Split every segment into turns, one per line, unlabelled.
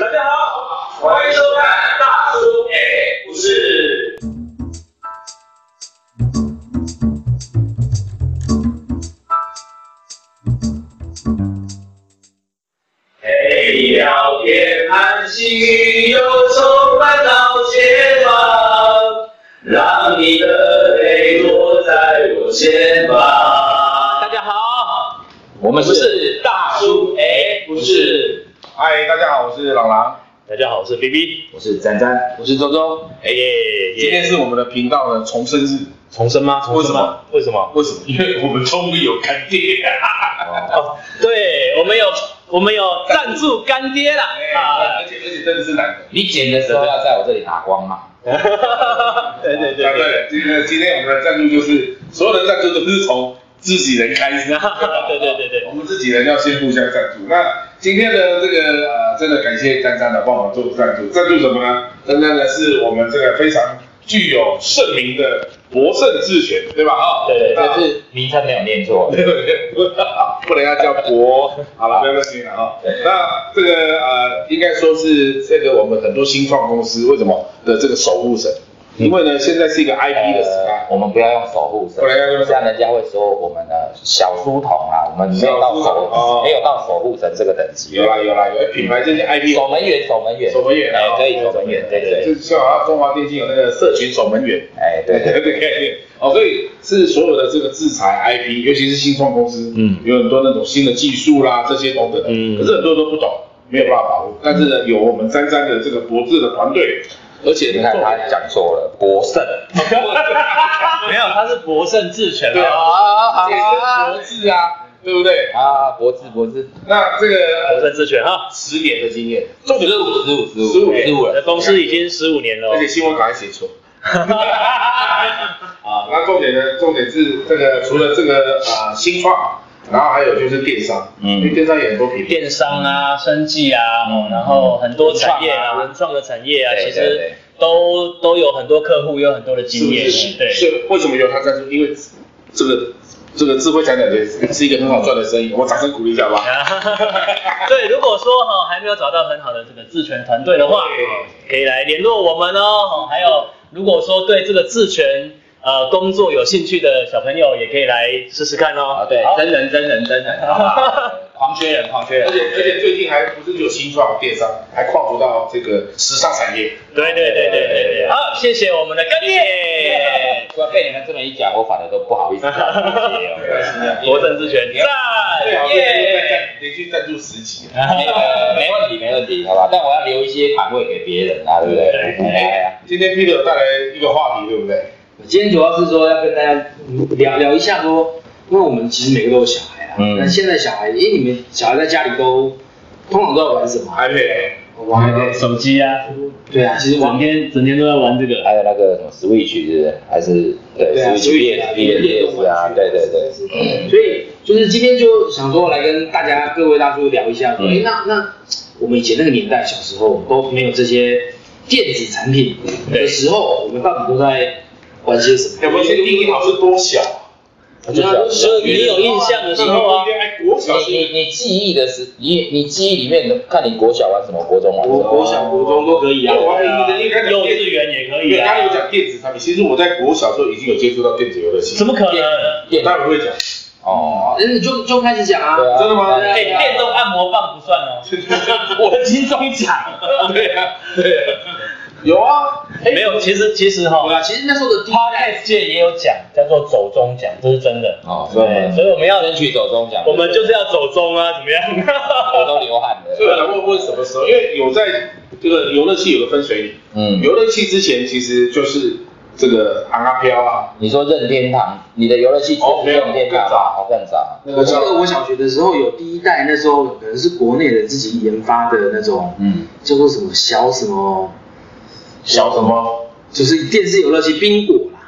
哎
喜与忧充满到肩膀，让你的泪落在我肩膀。大家好，
我
我们
们是
是大叔，哎，不是。
嗨，大家好，我是朗朗。
大家好，我是 B B，
我是詹詹，我是周周。
哎耶
今天是我们的频道的重生日，
重生吗？重生吗？为什么？
为什么？因为我们终于有干爹啊！
哦，对我们有我们有赞助干爹啦！
哎
啊，
而且而且真的是难得。
你剪的时候要在我这里打光嘛？
对对对
答啊对
对，
了，今天今天我们的赞助就是所有的赞助都是从自己人开始。
对对对对
我们自己人要先互相赞助。那今天的这个呃，真的感谢詹詹的帮我们做赞助，赞助什么呢？詹詹呢是我们这个非常具有盛名的博盛智选，对吧？啊，
对对对
那
但是名称没有念错，
不能要叫博，好了，不要再听了啊。那这个呃，应该说是这个我们很多新创公司为什么的这个守护神，
嗯
因为呢现在是一个 IP 的时
呃
代，
我们不要用守护神
不然要用，
这样人家会说我们的小书童啊，我们没有到
小书童哦
守，没有到守护神这个等级
有。啦有啦有啦，品牌这些 IP
守门员，守门员，
守门员啊
哎，可以守门员，对对
就
对，
是像好像中华电信有那个社群守门员，
哎对对，
对对概念哦，所以是所有的这个制裁 IP，尤其是新创公司，
嗯
有很多那种新的技术啦，这些等等的，
嗯
可是很多都不懂，没有办法把握。但是呢，有我们詹詹的这个博智的团队，而且
你看他讲错了，博胜，
没有，他是博胜智权
对
啊，
啊，这也是博智啊，对不对？
啊，博智博智，
那这
博
个
胜智权哈，
十年的经验，
十五十五十五
十五
十五
我的
了，
公司已经十五年了哦
而，且新闻稿还写错。啊，那重点呢？重点是这个，除了这个呃新创，然后还有就是电商，
嗯
因为电商也很多品牌，
电商啊、生技啊，
嗯
然后很多产业
文创
啊、
啊
文创的产业啊，
对
其
对
实
对
都都有很多客户，有很多的
是
经
不
验
是？，
对。
所以为什么有他赞助？因为这个这个智慧财产权是一个很好赚的生意，我掌声鼓励一下吧。
对，如果说哈还没有找到很好的这个自权团队的话，可以来联络我们哦。还有，如果说对这个自权呃工作有兴趣的小朋友，也可以来试试看
啊
哦。
对
好，
真人真人真人，好不好 狂缺人狂缺
而
人，
且而且最近还不是只有新创电商，还跨足到这个时尚产业。
对对对对对对，好，谢谢我们的干爹，
我哎被你们这么一讲，我反而都不好意思 了谢谢哦。
国政自权
对啊，
赞
连
耶！
赞连续赞助十集。啊
没没问题，没问题，好吧？但我要留一些盘位给别人啊，对不对？哎呀
哎，今天 Peter 带来一个话题，对不对？
我今天主要是说要跟大家聊聊一下说，因为我们其实每个都有小孩啊，
嗯
那、现在小孩，因为你们小孩在家里都通常都在玩什么啊？
iPad，
玩
手机啊，
对啊，其实
整
玩
天整天都在玩这个。
还有那个什么 Switch 是不是？还是对
对啊
Switch
，Switch 啊
P S
电
P
动
S 啊
玩，具
对对对，
所以就是今天就想说来跟大家各位大叔聊一下说，
嗯
哎、那那我们以前那个年代小时候都没有这些电子产品的时候，我们到底都在玩些什么？
我们先定义好是多小，
就是你有印象的时候啊，
哎，国小
你你你记忆的是你你记忆里面的，看你国小玩什么，国中玩什
国国
么。
小、国中都可以啊。
我应该
幼稚园也可
因
以
为刚刚有
啊。
讲电子产品，其实我在国小时候已经有接触到电子游乐器
怎。么可能？
电
待会会讲，
哦，
那你就就开始讲啊，
对啊，
真的吗
对啊
哎，电动按摩棒不算 哦。
我金钟奖，
对啊，对啊，有啊，
没有，其实其实
对
哈
啊，其实那时候的第一代，
，Podcast 界也有奖，叫做走中奖，这是真的。
哦，所以我
对，所
们
以我们要
争取走中奖，
我们就是要走中啊，怎么样？
我都流汗
所以
了，
我来问问什么时候，因为有在这个游乐器有个分水岭，
嗯。
游乐器之前其实就是这个昂啊飘啊，
你说任天堂，你的游乐器只
哦没
是
有
任天堂
更早
吗？哦，更早。
那
我
个
记
叫
呃得我小学的时候有第一代，那时候可能是国内人自己研发的那种，
嗯，
叫做什么小什么，
小什么
就是电视游乐器冰果啦，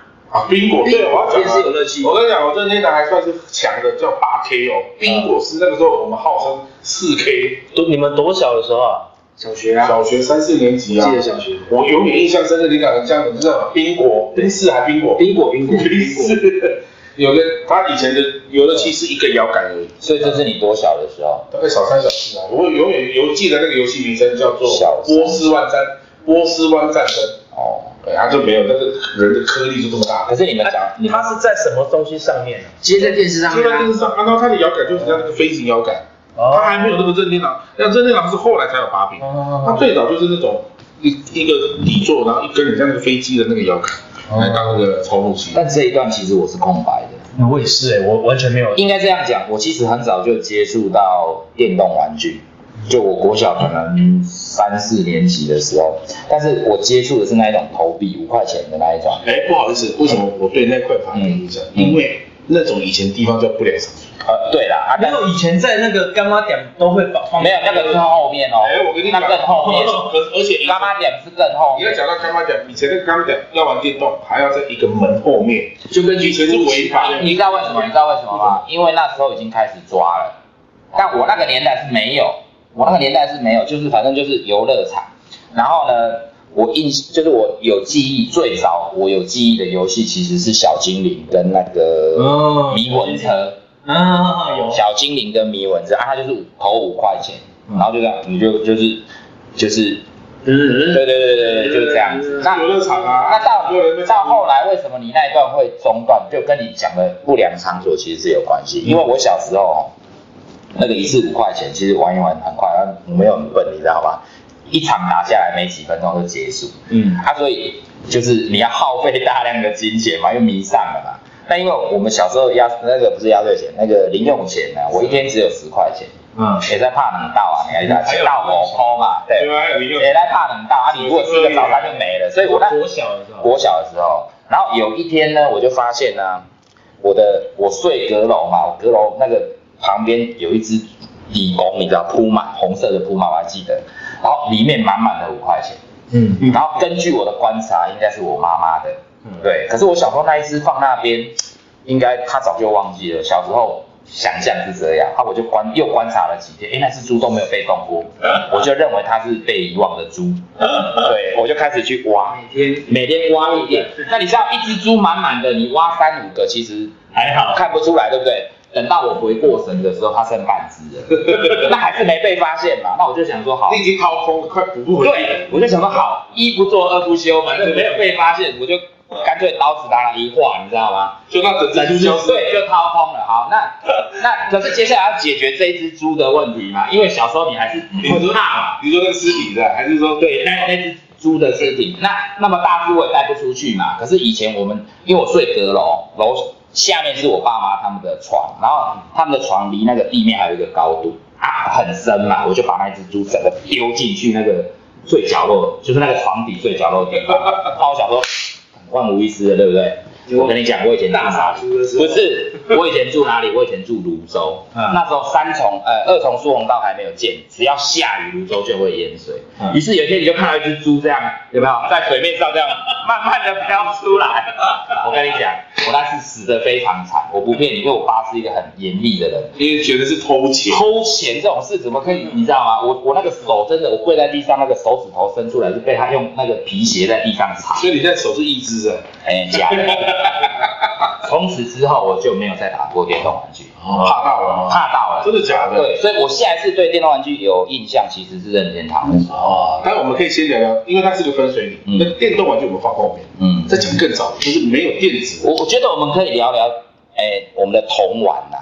啊，冰果，对，我要讲
电视游
啊。
乐器，
我跟你讲，我任天堂还算是强的，叫八 K 哦。冰果是那个时候我们号称四 K，
多你们多小的时候啊？
小学啊，
小学三四年级
记
啊。
得小学，
我永远印象深刻，你讲的像你知道吗？冰果，冰室还冰果，
冰果冰果
冰
冰果，
室有个他以前的游乐器是一个摇杆而已，
所以这是你多小的时候？
大概小三小四啊。我永远犹记得那个游戏名称叫做
小三
波斯湾战波斯湾战争，
哦，
对，它就没有那个人的颗粒就这么大
可。是你们
哎
讲，你们
它是在什么东西上面呢？啊
接在电视上
就
面
在电
啊，
视上，按照它的摇杆就很像那个飞行摇杆，
哦
它还没有那个任天堂，那任天堂是后来才有把柄，
哦
它最早就是那种一一个底座，然后一根很像那个飞机的那个摇杆来当那个操纵器。
但这一段其实我是空白的，
那我也是哎、我完全没有。
应该这样讲，我其实很早就接触到电动玩具，就我国小可能三四年级的时候，但是我接触的是那一种投币五块钱的那一种，
哎，不好意思，为什么我对那块反应印象？
嗯
因为那种以前地方叫不良少女。
呃，对啦，啊，
没有以前在那个干妈点都会放放
没有那个更后面哦，
哎，我跟你
那
讲，
更 后面，
而而且
干妈点是更后
你要
面，
讲到干妈讲，以前那个干妈讲要玩电动，还要在一个门后面，
就跟
以前是违法的。
你知道为什么？你知道为什么吗？因为那时候已经开始抓了，但我那个年代是没有，我那个年代是没有，就是反正就是游乐场。然后呢，我印就是我有记忆，最早我有记忆的游戏其实是小精灵跟那个
哦
迷魂车，
啊有
小精灵跟迷魂车啊，它就是五投五块钱，然后就这样，你就就是就是，对对对对对，就是这样子。那
游乐场啊，
那到
很多人在
到后来，为什么你那一段会中断？就跟你讲的不良场所其实是有关系。因为我小时候哦，那个一次五块钱，其实玩一玩很快，我没有很笨，你知道吧？一场打下来没几分钟就结束，
嗯
啊，所以就是你要耗费大量的金钱嘛，又迷上了嘛。那因为我们小时候压那个不是压岁钱，那个零用钱呢、我一天只有十块钱，
嗯
也在怕冷到啊，你还
还
在
有
到我抠嘛，
对
对，
啊，还有一个
也在怕冷到啊，你如果吃个早餐就没了，所以我那
国小的时候，
国小的时候，然后有一天呢，我就发现呢、我的我睡阁楼嘛，我阁楼那个旁边有一只底工，你知道铺满红色的铺满，我还记得，然后里面满满的五块钱，
嗯
然后根据我的观察，应该是我妈妈的，
嗯
对，可是我小时候那一只放那边，应该她早就忘记了，小时候。想象是这样，啊，我就观又观察了几天，哎，那只猪都没有被动 过，我就认为它是被遗忘的猪，对，我就开始去挖，
每天
每天挖一点。那你知道一只猪满满的，你挖三五个，其实
还好，
看不出来，对不对？等到我回过神的时候，它剩半只 了，那还是没被发现嘛。那我就想说，好
你，已经掏空了，快补不回来。
对，我就想说好，一不做二不休，反正没有被发现，我就干脆刀子拿来一划，你知道吗？
就那整只猪消失。
对，就掏空了。好， 那那可是接下来要解决这一只猪的问题嘛，因为小时候你还 是
你
会
说
怕嘛。
你说那个尸体的，还是说
对，那那只猪的尸体，那那么大只我也带不出去嘛。可是以前我们因为我睡阁楼，楼下面是我爸妈他们的床，然后他们的床离那个地面还有一个高度啊，很深嘛，我就把那只猪整个丢进去那个最角落，就是那个床底最角落的地方。那我想说，万无一失的，对不对？我跟你讲，我以前住
大
哪
傻
里？
猪的时候，嗯
不是，我以前住哪里？我以前住泸州，那时候三重呃二重疏洪道还没有建，只要下雨泸州就会淹水。
嗯
于、是有一天你就看到一只猪这样，有没有在水面 上这样慢慢的飘出来？我跟你讲，我那次死的非常惨，我不骗你，因为我爸是一个很严厉的人。
因为觉得是偷钱？
偷钱这种事怎么可以？你知道吗？我我那个手真的，我跪在地上，那个手指头伸出来是被他用那个皮鞋在地上踩。
所以你现在手是一只啊？
哎，假的。 从此之后我就没有再打过电动玩具，
怕到了吗？
哦怕到
哦
了。
真的假的？
对，所以我下一次对电动玩具有印象，其实是任天堂。
哦，但我们可以先聊聊，因为它是个分水岭。
嗯
那电动玩具我们放后面，
嗯，
再讲更早，就是没有电子。
我我觉得我们可以聊聊，哎，我们的童玩呐、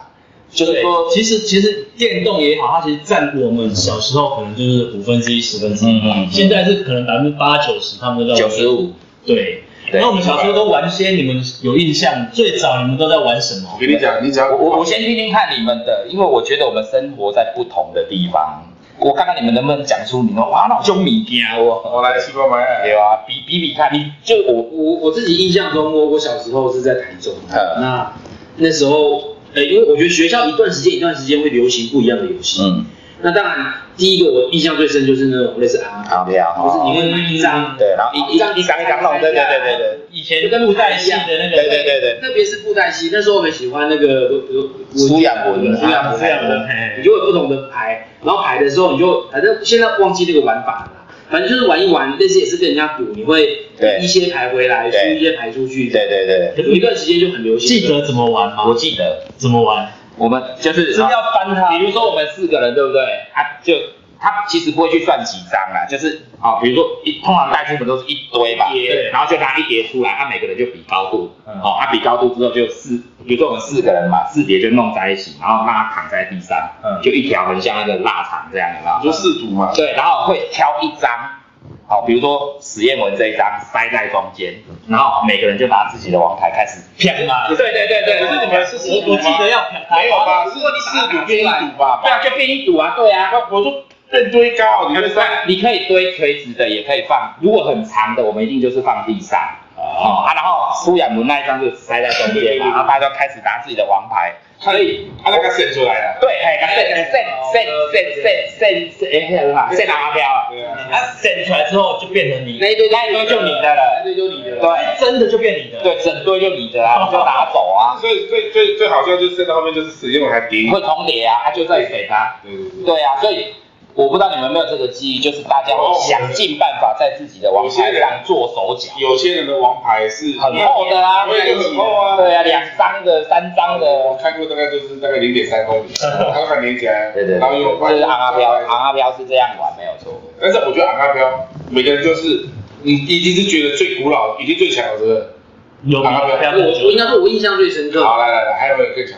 就是
对
说，
其实其实电动也好，它其实占我们小时候可能就是五分之一、十分之一，
嗯嗯，
现在是可能百分之八九十，他们都在
九
玩
十五，
对。
对
那我们小时候都玩一些你们有印象，最早你们都在玩什么
我？跟你讲，你只要
我我我先听听看你们的，因为我觉得我们生活在不同的地方，我看看你们能不能讲出你们哇那种米家哦，
我来西瓜买
对啊，比比比看，你就我
我我自己印象中，我我小时候是在台中，
嗯
那那时候，呃，因为我觉得学校一段时间一段时间会流行不一样的游戏。
嗯，
那当然，第一个我印象最深就是那种类似啊，
好的啊，
不是你
哦
会买一张，
对，然后一一一张一张弄，对对对对对
以前跟带戏的那个，
对对对对，
特别是布袋戏，那时候我很喜欢那个我我我
苏亚文
对苏亚文，
这样的，
你
嘿
就会有不同的牌，然后牌的时候你就反正现在忘记那个玩法了啦，反正就是玩一玩，类似也是跟人家赌，你会
对
一些牌回来，输
对
一些牌出去，
对对对，
有一段时间就很流行。
记得怎么玩吗
我？记得
怎么玩？
我们就是
是要翻它
比如说我们四个人，对不对？啊，就他其实不会去算几张啦，就是啊、比如说一通常带书本都是一堆嘛，
对
然后就拿一叠出来，他、每个人就比高度，哦，他、比高度之后就四，比如说我们四个人嘛，四叠就弄在一起，然后让他躺在地上，
嗯
就一条很像那个腊肠这样的啦
你，说试图嘛，
对，然后会挑一张，好、比如说实验文这一张塞在中间，然后每个人就拿自己的王牌开始啪嘛，对对对
可
对，
是你们是试
我
赌
我
吗
记得要表达
没有吧？是试赌变一赌吧？
对啊，就变一赌啊，对啊。
那我说更堆高，你
它
们在
就算你可以堆垂直的，也可以放。如果很长的，我们一定就是放地上。哦啊，然后苏亚文那一张就塞在中间嘛，然后大家就开始拿自己的王牌。
所以他那个省出来了。
对，哎，剩剩剩剩剩剩，哎，那个什么，剩哪飘啊？
对啊，
它整出来之后就变成你，
那一堆那一堆就你的了，
对，就你的了。
对
真的就变你的。，
对，整堆就你的啊，就拿走啊，
所以最最最好笑就是剩到后面就是使用还叠。
会重叠啊，他就在给他。
对对对。
对啊，所以我不知道你们有没有这个记忆，就是大家会想尽办法在自己的王牌上做手脚。
有些人的王牌是
很厚的啊，
对，很厚啊。
对啊，两张的、三张
我
的，
看过大概就是大概零点三 公里，它把它连起来，
对对，
然后
对
用
就是昂阿啊飘，昂阿飘是这样玩，没有错。
但是我觉得昂阿标每个人就是你已经是觉得最古老、已经最强的，是不是？
有比
啊
我
我我应该说，我印象最深刻，
好，来来来，还有没有更强？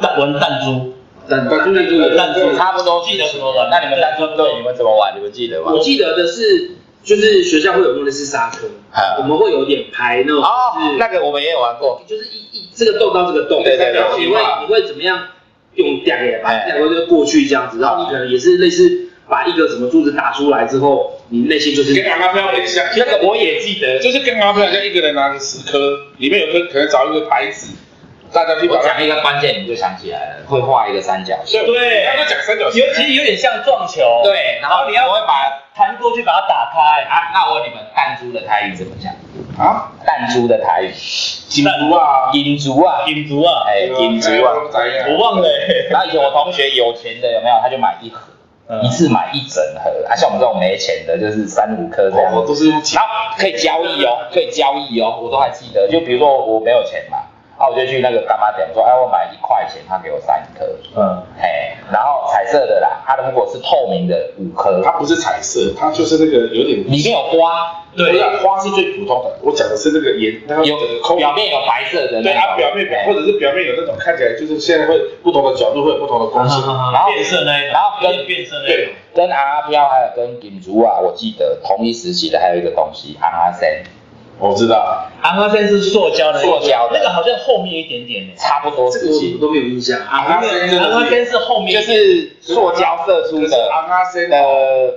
弹玩弹珠，
但
弹珠
弹珠
差不多
记得怎么玩
那你们当初对你们怎么玩？你们记得吗
我？记得的是，就是学校会有用类似沙坑，我们会有点排那种，
哦
就是，
那个我们也有玩过，
就是一一这个洞到这个洞，
对对对
然后你会你会怎么样用掉也把掉过就过去这样子，然后你可能也是类似把一个什么柱子打出来之后，你内心就是
跟昂阿标很像，
那个我也记得。
就是跟昂阿标像，一个人拿着十颗，里面有颗可能找一个牌子，大家去把
我
它
讲。一个关键，你就想起来了，会画一个三角形。
对
刚刚讲三角形
尤，其实有点像撞球，，
对，然后你要我会把
弹过去把它打开。
啊，那我问你们弹珠的台语怎么讲？
啊，
弹珠的台语，
锦竹啊，
银竹啊，
引足啊，
哎，银竹啊。
我忘了欸。
然后以前我同学有钱的有没有？他就买一盒，
嗯呃
一次买一整盒。啊，像我们这种没钱的，就是三五颗这样。
哦我都是用
然后可以交易哦，可以交易哦，我都还记得。就比如说我没有钱嘛，啊，我就去那个干妈店说，哎，我买一块钱，他给我三颗，
嗯，
哎，然后彩色的啦，它如果是透明的五颗，
它不是彩色，它就是那个有点，
里面有花，
不
对，
是花是最普通的，我讲的是那个颜，那个
有
空
表面有白色的那种，
对它表面表，或
哎
者是表面有那种看起来就是现在会不同的角度会有不同的光线。
然后
变色那一种，
然后跟
变色那一
对
种，，
跟阿阿飘还有跟锦竹啊，我记得同一时期的还有一个东西，阿阿森，
我知道，
安花山是塑胶的，
塑胶的
那个好像后面一点点欸
差不多
这
时
个我
期，
都没有印象啊，
阿森真
安花
的是，
山是后面
就
一点，
是塑胶射出
可是
的
阿阿森的，
的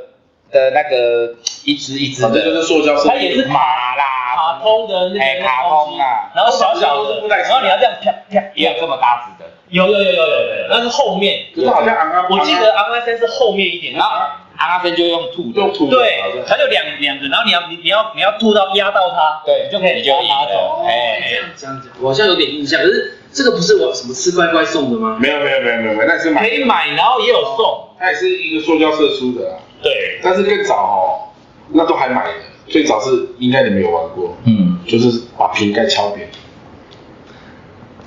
的那个一只一只
反正就
的，
是塑胶设
它
计，
也是
马
卡
啦，
通的那
哎
个
卡
东
通
西，
啊
然后小小的，然后你要这样啪啪，
也啊有这么大只的。
有有有有有有，那是后面，
可是好像阿阿，
我记得安花山是后面一点，
然后阿拉森就用吐的
用，土
对，它就两两个，然后你要你你要你要吐到压到它，
对，
你就可以
你就
把它
赢
拿走。
了。哎，
哦这样子，我好像有点印象，可是这个不是我什么吃乖乖送的吗？
没有没有没有没有，那是
可
买，
以买，然后也有送。
它也是一个塑胶射出的啦，啊
对，
但是更早哦，那都还买的，最早是应该你们有玩过，
嗯，
就是把瓶盖敲扁，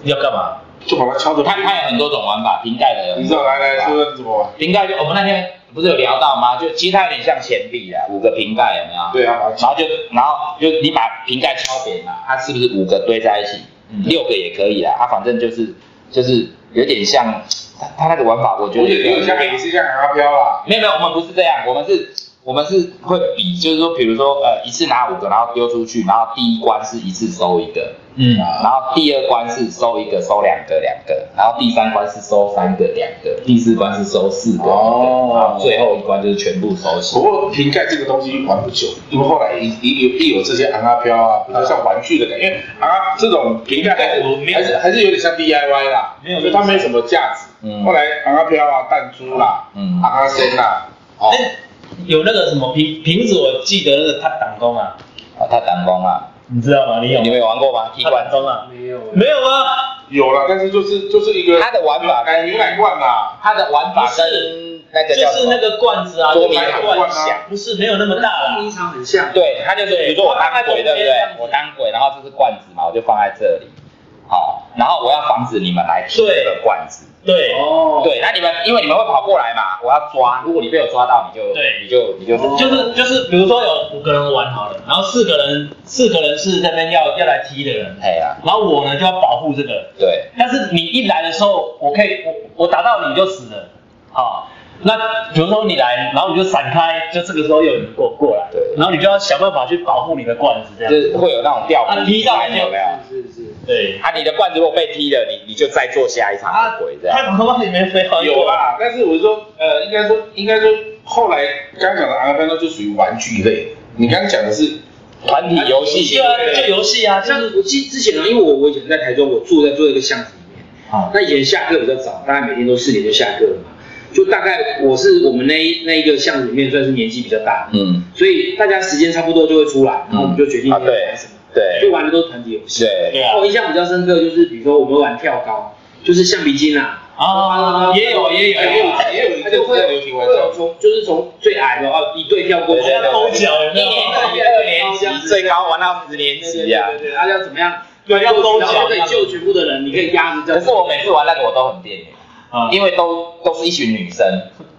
要干嘛？
就把它敲的，
它它有很多种玩法，瓶盖的有
你
很
知道
多种
来来
玩法
说说你怎么玩？
瓶盖就我们那天不是有聊到吗？就其实它有点像钱币啦，五个瓶盖有没有？
对啊，把它敲
然后就然后就你把瓶盖敲扁嘛，它是不是五个堆在一起？六个也可以啦，它反正就是就是有点像它它那个玩法，我觉
有
得
点有点像也是像阿啊飘啦，
没有没有，我们不是这样，我们是，我们是会比，就是说，比如说，呃，一次拿五个，然后丢出去，然后第一关是一次收一个，
嗯，
然后第二关是收一个，收两个，两个，然后第三关是收三个，两个，第四关是收四个，
哦
一个然后最后一关就是全部收起
不。过瓶盖这个东西玩不久，因为后来一一有一有这些昂阿飘啊，比较像玩具的感觉，因为啊这种瓶盖还是
我没有
还是还是有点像 DIY 啦，
没有
所以它没什么价值。
嗯
后来昂阿飘啊、弹珠啦、
嗯
昂阿森啦，哦，
哎，有那个什么瓶瓶子，我记得那个它挡弓啊，
啊，他挡光了，
你知道吗？你有
你们有玩过吗？踢
它挡
馆，
弓啊？
没有
没有啊，
有啦，但是就是就是一个
它的玩法
哎牛奶罐啦，
它的玩法
不
跟那
就
个叫什
是
么
那？个罐子啊，
捉
就
迷
买
藏
罐
罐
啊
啊，
不是没有那么大啦。
平常很像，
对，他就是比如说我当鬼，对
对它在中间
不对
这样？子
我当鬼，然后这是罐子嘛，我就放在这里，好，然后我要防止你们来踢
对
这个罐子，
对，
哦，
对，那你们因为你们会跑过来嘛，我要抓，如果你被我抓到，你就
对
你就你就
就是就是，比如说有五个人玩好了，然后四个人四个人是那边要要来踢的人，
哎呀，
然后我呢就要保护这个人，
对，
但是你一来的时候，我可以我我打到你就死了，好、那比如说你来，然后你就闪开，就这个时候又有人过过来，
对
然后你就要想办法去保护你的罐子，这
就
样，
是会有那种掉
啊踢到
来
你就是
有没有？
是是是，
对，
啊，你的罐子如果被踢了，你你就再做下一场的鬼这样。
他往里面飞好
有，啊啦，但是我是说，呃，应该说，应该说，后来刚讲的阿班诺就属于玩具类。你刚刚讲的是
团体游戏
对啊，就游戏啊，就
像
是
我记之前呢，因为我我以前在台中，我住在住在一个巷子里面。
啊，
那以前下课比较早，大概每天都四点就下课了嘛。就大概我是我们那一那一个巷子里面算是年纪比较大，
嗯，
所以大家时间差不多就会出来，然后我们就决定
啊
要
对
玩什么，
对
就玩的都是团体游戏。
对
对啊
我印象比较深刻就是，比如说我们玩跳高，就是橡皮筋啊，
啊，也有也有，
也有也有一
他
阵
就
子
会
在流行玩
会
这种
有从就是从最矮的哦一队跳过去，
对对对
抠脚有没有？
一二年级最高玩到十年级啊呀。
对对，他要怎么样？
对要勾啊
然后
脚
可以救全部的人，你可以压着这
可
样。
是我每次玩那个我都很别扭，
啊，
因为都都是一群女生，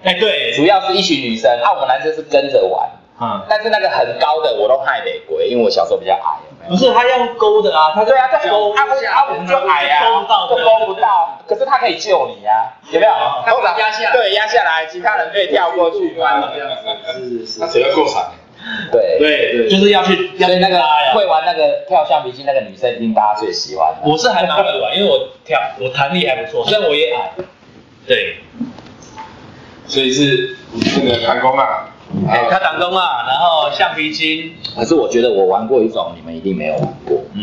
哎对，
主要是一群女生，啊，我们男生是跟着玩，
啊，
但是那个很高的我都害美国，因为我小时候比较矮，有没有
不是他要勾的啊，他
对啊，他
勾
有，他不是啊，我们就矮呀、
勾不到
就
的
勾不到。可是他可以救你呀、啊，有没有？
他
通常
压下来
对，压下来，其他人被跳过去嘛。
这样子，是是是
那。谁要够惨？
对，
对对，
就是要去要
所以
去
那个
拉呀。
会玩那个跳橡皮筋那个女生，一定大家最喜欢的。
我是还蛮会玩，因为我跳我弹力还不错，虽然我也矮，对，
所以是那个弹弓啊，
哎、他挡弓啊，然后橡皮筋，
可是我觉得我玩过一种，你们一定没有玩过，
嗯，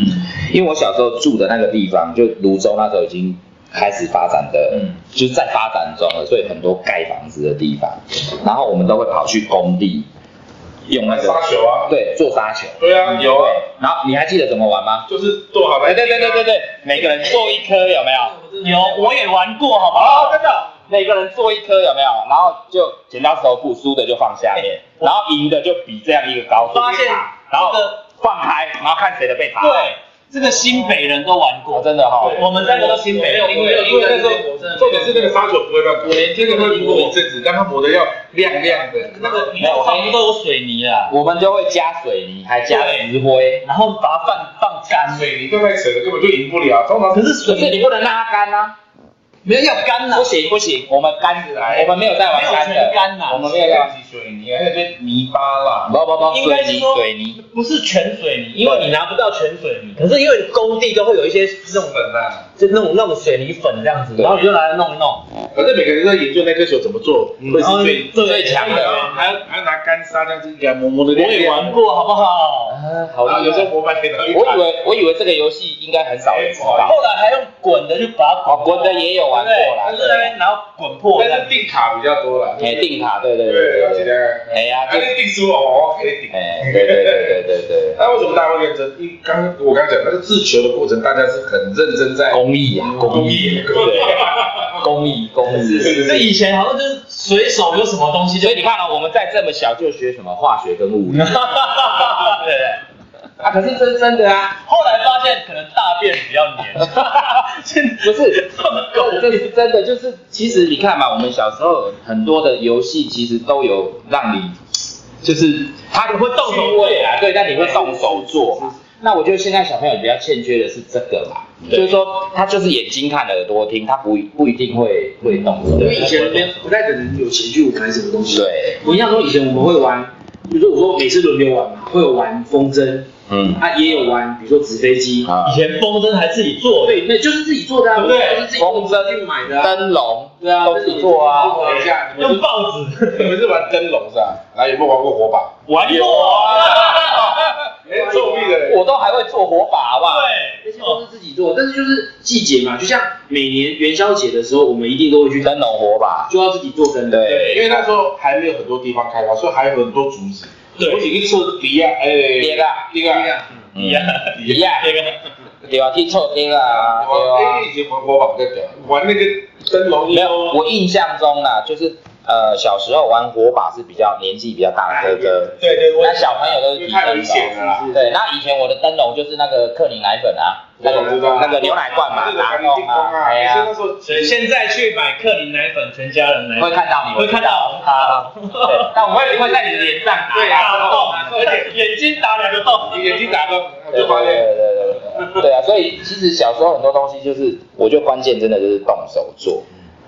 因为我小时候住的那个地方，就泸州那时候已经开始发展的，
嗯
就是在发展中了，所以很多盖房子的地方，然后我们都会跑去工地，用那个
杀球啊，
对做沙球。
对啊，有啊，
然后你还记得怎么玩吗？
就是做好
哎，
来。
对对对对对，每个人做一颗有没有？
有我也玩过，好不
哦，
好？
真的，每个人做一颗有没有？然后就剪刀石头布，输的就放下面，然后赢的就比这样一个高度，
发现
然后
这个
放开，然后看谁的被打。
对，这个新北人都玩
哦，
过，
真的哈、
我们三个都新北，
因为因为那时候重点是那个杀球不会乱拨，这个会拨一阵子，让它磨得要亮亮的。
那个你那个房子都有水泥啊，
我们就会加水泥，还加石灰。
然后把它放放干，
水泥都在扯，根本就赢不了。通常
可是
可是
水
你
泥
不能让它干啊！
没有要干啊呐、
不行不行，我们干
来
我们没有在玩干
没有
的
全，干呐
我们没有在玩。
水泥，还有些泥巴啦。
不不不，
应该
水
是
泥
说
水泥，
不是全水泥，因为你拿不到全水泥，可是因为工地都会有一些那种
粉啊，
就那种那种水泥粉这样子，然后你就拿来弄一弄，
反正每个人都在研究那颗球怎么做
嗯
会是最啊
最
强的
然后还要还要拿干沙这样子给它磨磨的
我也玩，过，好不好？
啊，好
然后
厉
有时候
害！
磨半天的。
我以为我以为这个游戏应该很少人知道，
后来还用滚的去把它
哦，滚的也有玩过啦，
就是那边然后滚破这
但
样
是定卡比较多啦。
哎，定卡，对对
对，要
对
记
对
得
对，。哎呀，
还
这
是定输哦，可以定。
哎，对对对对对对，
那为什么大家会认真？因为刚刚我刚刚讲那个制球的过程，大家是很认真 在
公益啊，公益，
益。
对，公益公益。
这以前好像就是随手有什么东西就
所以你看啊，我们在这么小就学什么化学跟物理，对不对？
啊，可是这是真的啊，
后来发现可能大便比较黏，现
不是，
这么狗
这是真的，就是其实你看嘛，我们小时候很多的游戏其实都有让你，就是他会
动手
趣味啊，对，但你会动手做嘛。那我觉得现在小朋友比较欠缺的是这个嘛，
对
就是说他就是眼睛看耳朵听，他不不一定会会动手。
因为以前没有不太可能有钱去玩什么东西。
对，
我印象中以前我们会玩，比如说我说每次轮流玩嘛，会有玩风筝，
嗯，
啊也有玩，比如说纸飞机，
啊
以，前风筝还自己做的，
对，那就是自己做的啊，
对不对
就是自己
风
去
筝
买的啊，
灯笼，
对啊，
都自己做啊。
等一下，你
用
们
报纸
是你们是玩灯笼是吧？来，有没有玩过火把？
玩过啊，
哎，作弊的人。
我都还会做火把，好不好？
那
对
些，都是自己做，但是就是季节嘛，就像每年元宵节的时候，我们一定都会去，
灯笼火把，
就要自己做灯的。
对，
对，因为那时候还没有很多地方开发，所以还有很多竹子。
对
我只去抽迪亚，哎，
跌
迪
个，
迪
啊
亚，
嗯
一样
一样，
这个
对啊，去抽跌啊，
哦
对啊
哎，。以前玩火把比较屌，玩那个灯笼
没有，我印象中啦，就是呃小时候玩火把是比较年纪比较大的哥哥，
对哎对，我
那小朋友都是提
太危
灯
险
笼。
了啦。
对，那以前我的灯笼就是那个克林奶粉啊，那个那个牛奶罐嘛，
打
打
工
弄啊，
啊，
哎
你是
呀，
那时候
所以现在去买克林奶粉，全家人来
会看到你，
会看到
啊，对但我会会在你的脸上打
对
打洞，
啊
而且眼睛打两个洞。
你眼睛打到，我
对
就
对
发
对
现
对对对啊！所以其实小时候很多东西就是，我觉得关键真的就是动手做。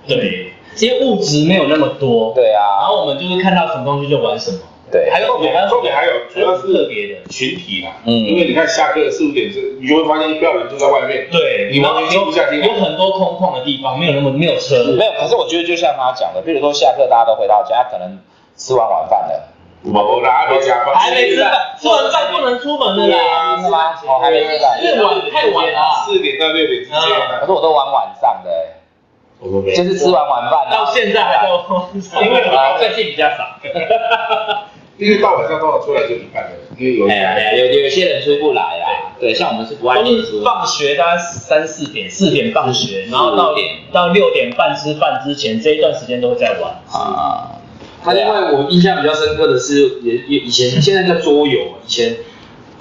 对，其实物质没有那么多，
对
然
啊，
后我们就是看到什么东西就玩什么。
对，
还有
重点
还有
重点还有主要是
特别的，
群体啦，
嗯
因为你看下课四五点是，你就会发现一票人都在外面，
对，
你完全静不下心来
有很多空旷的地方，没有那么没有车，
没有。可是我觉得就像他讲的，比如说下课大家都回到家，可能吃完晚饭了，
我啦，还没加班，
还没吃饭，吃完饭不能出门的啦。
是吗？哦，还没吃饭。
太晚太晚了，
四点到六点之间啊
可是我都玩晚上的、
我们没
就是吃完晚饭、啊、
到现在还在，因为
啊
最近比较少。
因为到晚上通常出来就一半人，因为有
哎呀哎呀，有有些人出不来啦。对，像我们是不爱
都
念
是
书。
哦放学大概三四点，四点放学，然后到
四点
到六点半吃饭之前这一段时间都会在玩。
啊，
他因为我印象比较深刻的是，也也以前现在叫桌游，以前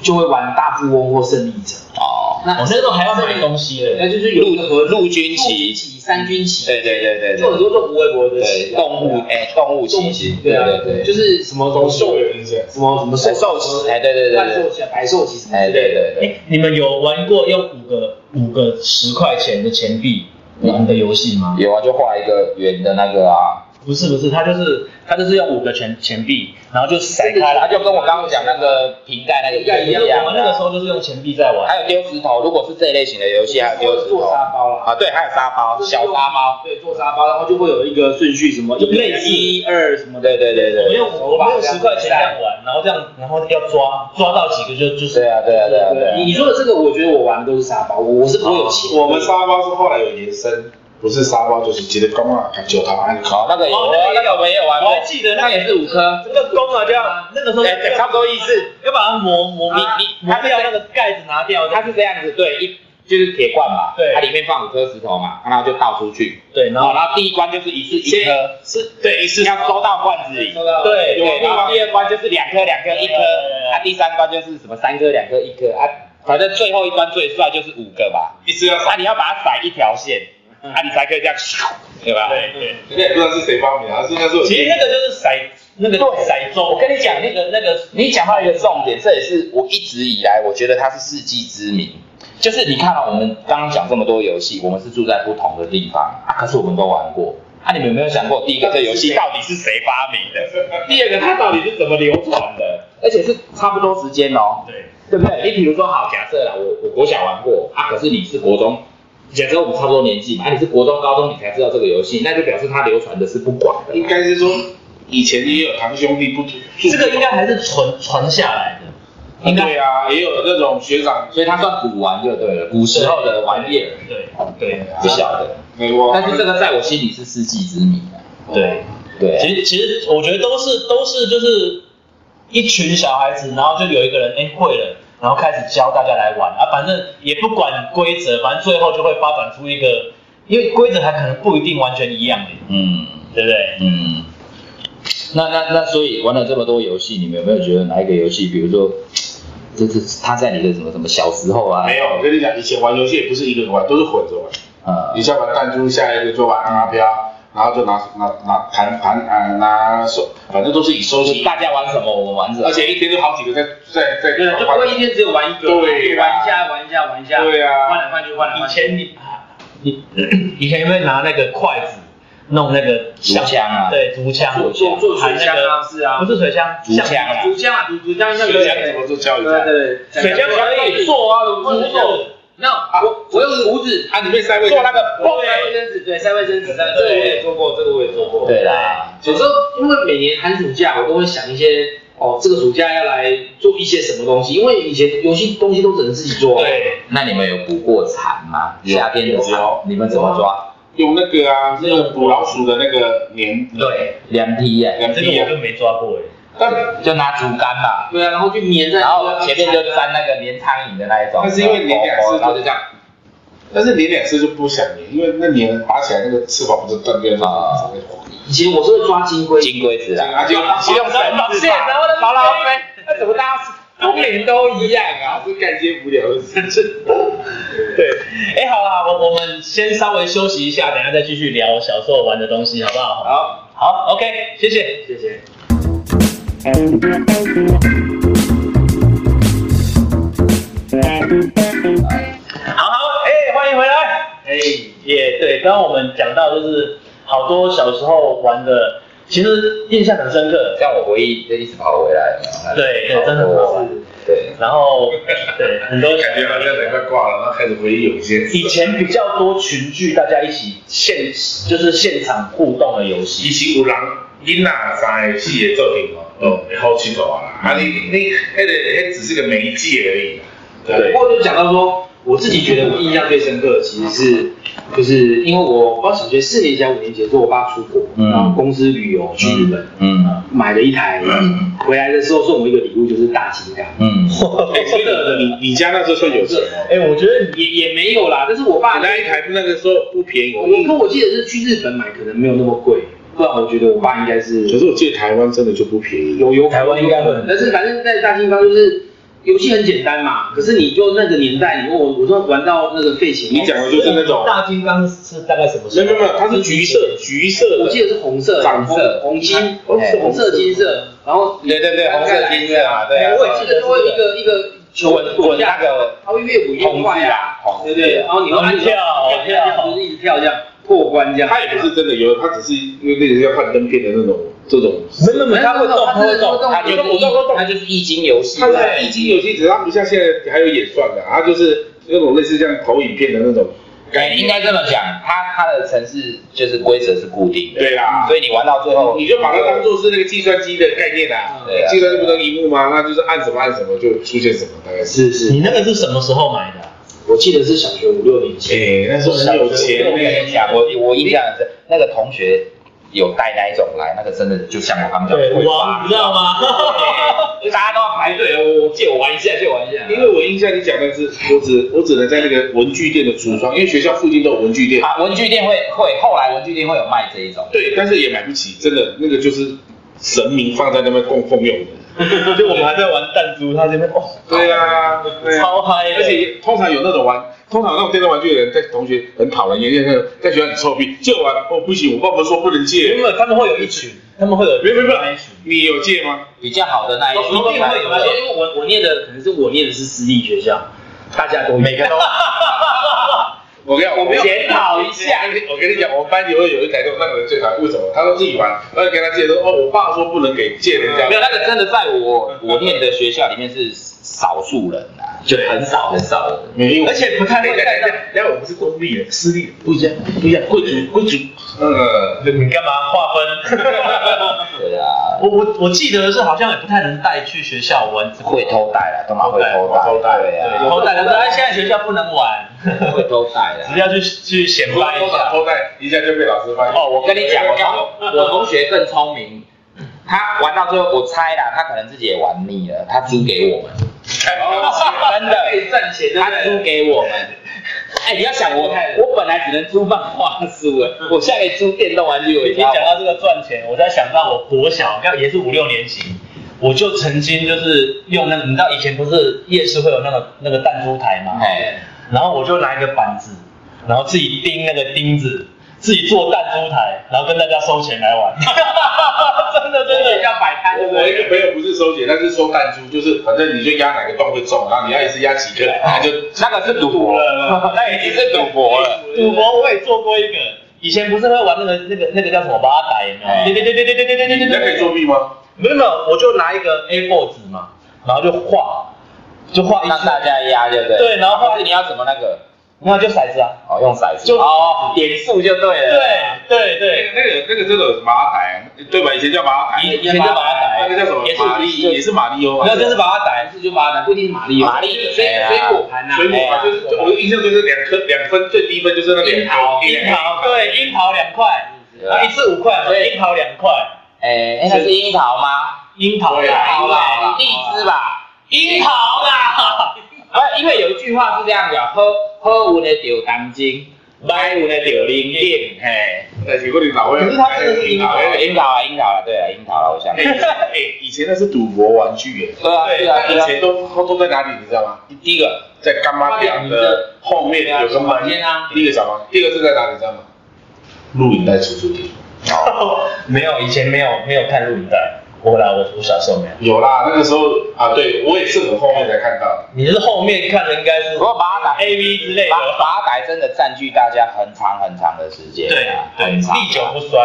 就会玩大富翁或胜利者。
哦，
那
我那时候还要买东西嘞，
那就是有一个和
陆军旗
陆旗、三军旗，
对对对对
就很
对，
多这无微博的
对
旗啊，
动物哎、动物
动
奇
物
迹，
对啊
对对，
就是什么
有
东西，
秀人是，
什么什么
哎寿
兽
司哎对对对
半
对
兽，旗、白兽旗什么
哎
之类
对
的。
对对，
哎，你们有玩过用五个五个十块钱的钱币玩的游戏吗？
有啊，就画一个圆的那个啊，
不是不是，它就是它就是用五个钱钱币，然后就甩开
它
来。
啊就跟我刚刚讲那个瓶盖那个一样一
我
样
们那个时
的。
候就是用钱币在玩。
还有丢石头，如果是这一类型的游戏，还有丢石
做
头
沙包啦，
啊，对，还有沙包，小沙包，
对，做沙包，然后就会有一个顺序，什么
就类似
一二什么的，
对对对
我
对，
用我们用十块钱这样玩，然后这样，然后要抓抓到几个就就是
对啊对啊对啊对啊
你，你说的这个，我觉得我玩的都是沙包，我哦我是不会有钱。
我们沙包是后来有延伸，不是沙包就是直接刚啊，九堂安考，
好，那个有
哦那个有
那个我们也有玩
我还
过，
记得那
那
个
也是五颗，
这个弓啊，就要那个时候
哎，对啊差不多意思。
要把它磨磨
你
你
你
磨掉那个盖子，拿掉。
它是这样子，对，一就是铁罐嘛，
对
它里面放五颗石头嘛，然后就倒出去，
对，然
然后
后
然后第一关就是一次一颗，
是对一次
要收到罐子里，
对
对，然后
对
第二关就是两颗两颗一颗
对对对，
啊，第三关就是什么三颗两颗一颗啊，反正最后一关最帅就是五个吧，
一直要
啊，你要把它甩一条 线，啊，你才可以这样，咻对吧？
对对。
人家也不知道是谁发明的，他是那时候
其实那个就是骰那个
对
骰盅，
我跟你讲那
个那个
你讲到一个重点，这也是我一直以来我觉得它是世纪之谜，就是你看到、哦我们刚刚讲这么多游戏，我们是住在不同的地方啊，可是我们都玩过。啊，你们有没有想过，第一个这游戏到底是谁发明的？第二个它到底是怎么流传的？ 而且是差不多时间哦，
对
对不对？你比如说，好，假设啦，我我国小玩过啊，可是你是国中，假设我们差不多年纪嘛，啊，你是国中、高中你才知道这个游戏，那就表示它流传的是不广的。
应该是说以前也有堂兄弟不住，
这个应该还是传传下来的。
应该
对啊，也有那种学长，
所以它算古玩就对了，古时候的玩意儿，
对对
不晓得。
美国，
但是这个在我心里是世纪之谜啊。
对，
对啊，
其实其实我觉得都是都是就是一群小孩子，然后就有一个人哎会了，然后开始教大家来玩啊，反正也不管规则，反正最后就会发展出一个，因为规则还可能不一定完全一样的，
嗯
对不对？
嗯。那那那，所以玩了这么多游戏，你们有没有觉得哪一个游戏，比如说，就是他在你的什么什么小时候啊？
没有，我跟你讲，以前玩游戏也不是一个人玩，都是混着玩。
呃
一，下玩弹珠，下一个就玩阿飘，然后就拿拿拿盘盘啊，拿手，反正都是以收
就
集
是，大家玩什么，我们玩什么。
而且一天就好几个在在在
对，就啊不会一天只有玩一个，
对啦
玩一下，玩一下，玩一下，
对啊
换来换去，换来
以
换去。
前你啊你 以前有没有拿那个筷子弄那个
竹枪啊
对，竹枪，
做做做水枪
还那
啊，
个
是啊，
不是水枪，
竹枪啊
竹枪啊，竹竹枪那个
水枪怎么做教
对
一下，
对对，
水枪可以做啊，
不能做。那我我用胡子
啊，里面塞位
做那个
我塞卫生纸，对，塞卫生纸，这个我也做过，这个我也做过。
对啦，
有时候因为每年寒暑假，我都会想一些哦，这个暑假要来做一些什么东西，因为以前游戏东西都只能自己做、啊。，
对，
那你们有捕过蝉吗？
有
夏天的蝉
有，
你们怎么抓？
用那个啊，那种捕老鼠的那个粘
对，
两匹耶，
两
这个
滴
我
啊，
就没抓过哎。
但
就拿竹竿吧，
对啊，然后就粘在，
然后前面就粘那个粘苍蝇的那一种，
那是因为粘两
哦哦
次
然后就这样，
但是连两次就不想粘，因为那粘拔起来那个翅膀不是断掉
啊
了。
以前我是会抓金龟，
金龟子啊，
啊，就
用绳子
然后
把，牢牢飞，那怎么大家公民都一样啊？
是干些无聊的事情。
对，哎、好啦，我我们先稍微休息一下，等一下再继续聊小时候玩的东西，好不好？
好，
好，OK，谢谢。
谢谢。
好好，哎、欢迎回来。哎、也对，刚刚我们讲到就是好多小时候玩的，其实印象很深
啊
刻。
像我回忆就一直跑回来，有没有
对对，真的很好玩。。
对，
然后对很多
感觉好像人快挂了，然后开始回忆有一些
以前比较 多群聚，大家一起现就是现场互动的游
其
戏。
实有人囡仔三个四个做阵哦，哦，会好佚佗啊啦。啊，你你那个那只是个媒介而已啦。
对，不过就讲到说，我自己觉得我印象最深刻，的其实是就是因为我我小学四年级、还是五年级的时候，我爸出国，
嗯
然后公司旅游去日本，
嗯
买了一台
嗯，
回来的时候送我一个礼物，就是大金刚。
嗯，
真的，你你家那时候算有钱哦。
哎、我觉得你
也也没有啦，但是我爸
那一台那个时候不便宜，
我跟我记得是去日本买，可能没有那么贵，不然我觉得我爸应该是
可是我记得台湾真的就不便宜。
有有
台湾应该会很
但是反正在大金刚就是游戏很简单嘛，可是你就那个年代，你问我我说玩到那个废寝，
你讲的就是那种，
大金刚是大概什么时
没
候？
有没有没有，它是橘色橘色
我
的。
记得是红色、
长色
红红金、
哦是
红
红
色、
色
金色，然后
对对对，红色金色啊，对啊，
我也记得就会一个一个球
滚滚那个
它会越滚越
筒子
快啊，
啊，筒
对
子
不对？然后你会
然后
按
你跳跳
就是一直跳这样破关这样。
它也不是真的有，它只是因为那个要换灯片的那种这种。
没有没有，它会动，它
它
会
是
动。
它就是
动
易，它就是易经游戏
它
啦，
是易经游戏，只是它不像现在还有演算的，它就是那种类似像投影片的那种概
哎，应
念。
该这么讲，它它的城市就是规则是固定的，
对啦，
所以你玩到最后，
你就把它当做是那个计算机的概念啦、
对啊
计算机不能荧幕吗？那就是按什么按什么就出现什么，大概是。
是是
你，那个是什么时候买的啊、
我记得是小学五六年级。
哎、那时候很有钱
我跟你
呢、
讲，我我印象很深，那个同学有带那一种来，那个真的就像我刚刚讲的，会
王，你知道吗？
大家都要排队，我借我玩一下，借我玩一下。
因为我印象你讲的是，我只我只能在那个文具店的橱窗，因为学校附近都有文具店，
啊，文具店会会，后来文具店会有卖这一种，
对，但是也买不起，真的那个就是神明放在那边供奉用的。
就我们还在玩弹珠，他这边哦，
对啊，对啊。
超嗨的，
而且通常有那种玩，通常有那种电动玩具的人，在同学很讨人厌，因为那个在学校很臭屁，借我玩哦不行，我爸爸说不能借
原，本他们会有一群，他们会有
没有没有没有
那一群，
你有借吗？
比较好的那一种。
一定会有啊，因为我我念的可能是我念的是私立学校，大家都每个都
我跟你讲，我没有
检讨一下。
我跟你讲，我们班里会有一台那个人最讨厌，为什么？他说自己玩，然后跟他借说，哦，我爸说不能给借人 家
没。有那个真的在我我念的学校里面是少数人啊，就很少很少人。
没有
而且不太会
等一下
带
等一下等一下，我们是公立的，私立的不一样，不一样，贵族贵族。呃，
你干嘛划 分？
对啊，
我我我记得是好像也不太能带去学校玩，
会偷带啦，都嘛会偷带，
偷带
对
对，
啊，
偷带的，哎，现在学校不能玩，
会偷带啦
只。要去去显
偷
摆一
打
下。
偷带，一下就被老师发现。
哦，我跟你讲，我同我同学更聪明，他玩到最后，我猜啦，他可能自己也玩腻了，他租给我们，哦啊真的
可以赚钱，对
他
不对
租给我们。哎，你要想我，我本来只能租漫画书了，我现在可以租电动玩具，我
你
也
你讲到这个赚钱，我在想到我国小，刚也是五六年级，我就曾经就是用那个，你知道以前不是夜市会有那个那个弹珠台吗？
哎，
然后我就拿一个板子，然后自己钉那个钉子，自己做弹珠台，然后跟大家收钱来玩。真的真的
要摆摊，对不
我一
对？
个朋友不是收钱，他是收弹珠，就是反正你就压哪个洞会中，然后你要一次压几个，他就
那个是赌博了，那已经是赌博了。
赌博我也做过一个，以前不是会玩那个那个那个叫什么八仔有
哎
没有？对对对对对对对对
你那可以
对对，
作弊吗？
没有没有，我就拿一个 A4 纸嘛，然后就画，就画一
让大
次，
家压，对不对？
对然后
是你要怎么那个？
然后就骰子啊。
哦，用骰子，
就
哦，点数就对了。
对对对
那个那个那个真的有马仔，对吧？以前叫马仔，
以前就把它
那
逮
个叫什么
也？是
马力也是马里欧啊，
没有就是把它逮，
是就把它不一定是玛丽，
玛丽
水
哎呀
水果盘呐，
水果
哎
嘛，
呀
就是我印象中就是两颗两分，最低分就是那个
樱桃
樱桃对樱桃两块，
对
然
啊
后一次五块嘛，
对
樱桃两块，
哎，哎那是樱桃吗？
樱桃
对啊
啦，
桃
樱桃
啦
啦，
荔枝吧？
樱桃啦，
哎不，因为有一句话是这样讲，喝喝完的丢当金，
买有的柳林店，
嘿。
哎，如果你老外，
可是他真的是
引
樱
导
桃，
哎
樱桃啊，樱桃了，对了，樱桃了，我 想。对
哎，以前那是赌博玩具耶。
啊，对啊，对
以
啊。
前都都在哪里，你知道吗？
第一个，
在干妈店的后面有个门
啊，
第一个小房，第二个是在哪里，你知道吗？录影带出租店。
没有，以前没有没有看录影带，我啦，我我小时候没有。
有啦，那个时候啊，对我也是很后面才看到的。
你是后面看的应该是
我把它打
A V 之类的，
把把它打真的占据大家很长很长的时间，
对
啊
对，
很长。
历久不衰。